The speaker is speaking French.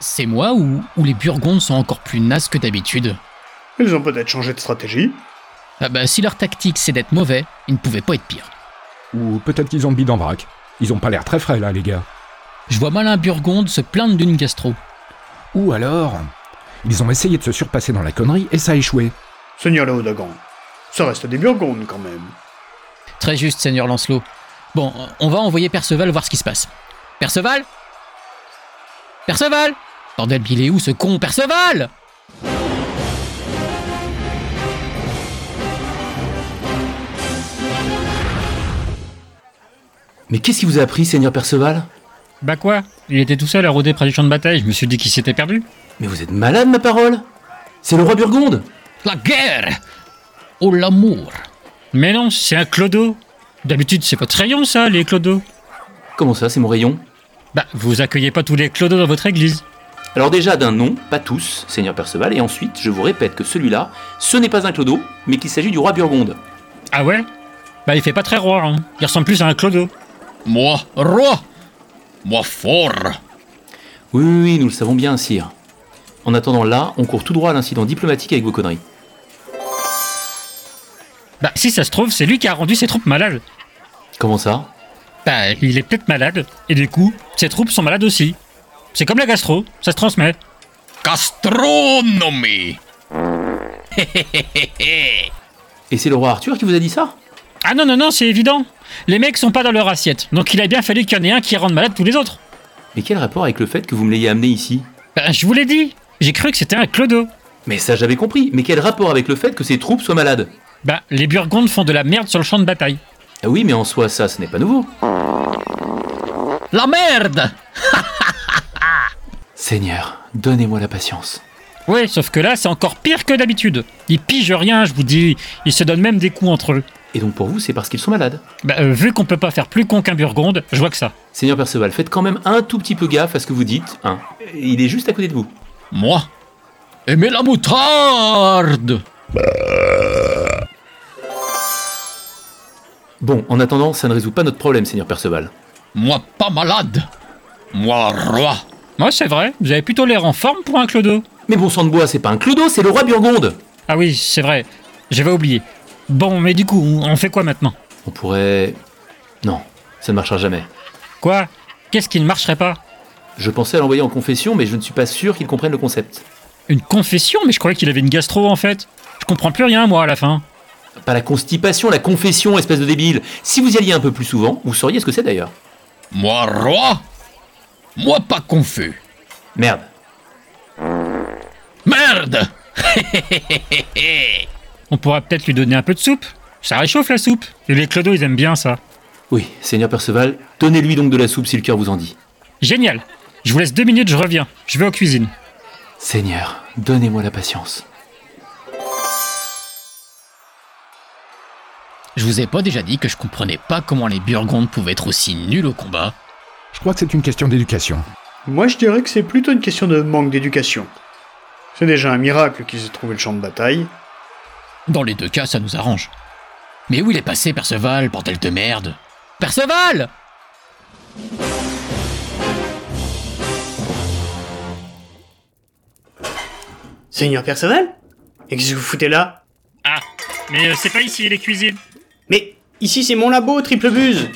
C'est moi ou, ou les Burgondes sont encore plus nazes que d'habitude Ils ont peut-être changé de stratégie. Ah bah si leur tactique c'est d'être mauvais, ils ne pouvaient pas être pire. Ou peut-être qu'ils ont le bide en vrac. Ils ont pas l'air très frais là, les gars. Je vois mal un Burgonde se plaindre d'une gastro. Ou alors, ils ont essayé de se surpasser dans la connerie et ça a échoué. Seigneur Léodagan, ça reste des Burgondes quand même. Très juste, Seigneur Lancelot. Bon, on va envoyer Perceval voir ce qui se passe. Perceval Perceval Bordel, il est où ce con Perceval Mais qu'est-ce qui vous a pris, Seigneur Perceval Bah quoi Il était tout seul à rôder près du champ de bataille, je me suis dit qu'il s'était perdu. Mais vous êtes malade, ma parole C'est le roi Burgonde La guerre Oh l'amour Mais non, c'est un clodo D'habitude, c'est votre rayon, ça, les clodos Comment ça, c'est mon rayon Bah, vous accueillez pas tous les clodos dans votre église. Alors déjà, d'un nom, pas tous, Seigneur Perceval, et ensuite, je vous répète que celui-là, ce n'est pas un clodo, mais qu'il s'agit du roi Burgonde. Ah ouais Bah, il fait pas très roi, hein. Il ressemble plus à un clodo. Moi, roi Moi, fort Oui, oui, oui, nous le savons bien, sire. En attendant là, on court tout droit à l'incident diplomatique avec vos conneries. Bah, si ça se trouve, c'est lui qui a rendu ses troupes malades. Comment ça Bah, il est peut-être malade, et du coup, ses troupes sont malades aussi. C'est comme la gastro, ça se transmet. Gastronomie Et c'est le roi Arthur qui vous a dit ça Ah non, non, non, c'est évident. Les mecs sont pas dans leur assiette, donc il a bien fallu qu'il y en ait un qui rende malade tous les autres. Mais quel rapport avec le fait que vous me l'ayez amené ici Bah, je vous l'ai dit, j'ai cru que c'était un clodo. Mais ça j'avais compris, mais quel rapport avec le fait que ses troupes soient malades Bah, les Burgondes font de la merde sur le champ de bataille. Ah oui, mais en soi ça, ce n'est pas nouveau. La merde Seigneur, donnez-moi la patience. Ouais, sauf que là, c'est encore pire que d'habitude. Ils pigent rien, je vous dis. Ils se donnent même des coups entre eux. Et donc pour vous, c'est parce qu'ils sont malades. Bah, euh, vu qu'on peut pas faire plus con qu'un Burgonde, je vois que ça. Seigneur Perceval, faites quand même un tout petit peu gaffe à ce que vous dites. Hein. Il est juste à côté de vous. Moi Aimez la moutarde Bon, en attendant, ça ne résout pas notre problème, Seigneur Perceval. Moi, pas malade Moi, roi Moi, c'est vrai, vous avez plutôt l'air en forme pour un clodo. Mais bon sang de bois, c'est pas un clodo, c'est le roi Burgonde Ah oui, c'est vrai, j'avais oublié. Bon, mais du coup, on fait quoi maintenant On pourrait... Non, ça ne marchera jamais. Quoi Qu'est-ce qui ne marcherait pas Je pensais à l'envoyer en confession, mais je ne suis pas sûr qu'il comprenne le concept. Une confession Mais je croyais qu'il avait une gastro en fait. Je comprends plus rien, moi, à la fin. Pas la constipation, la confession, espèce de débile Si vous y alliez un peu plus souvent, vous sauriez ce que c'est d'ailleurs. Moi, roi Moi, pas confus Merde. Merde On pourra peut-être lui donner un peu de soupe. Ça réchauffe la soupe. Et les clodos, ils aiment bien ça. Oui, Seigneur Perceval, donnez-lui donc de la soupe si le cœur vous en dit. Génial Je vous laisse deux minutes, je reviens. Je vais aux cuisines. Seigneur, donnez-moi la patience. Je vous ai pas déjà dit que je comprenais pas comment les Burgondes pouvaient être aussi nuls au combat Je crois que c'est une question d'éducation. Moi, je dirais que c'est plutôt une question de manque d'éducation. C'est déjà un miracle qu'ils aient trouvé le champ de bataille. Dans les deux cas, ça nous arrange. Mais où il est passé, Perceval, bordel de merde Perceval Seigneur Perceval Et qu'est-ce que vous foutez là Ah, mais euh, c'est pas ici les cuisines. Mais ici, c'est mon labo, triple buse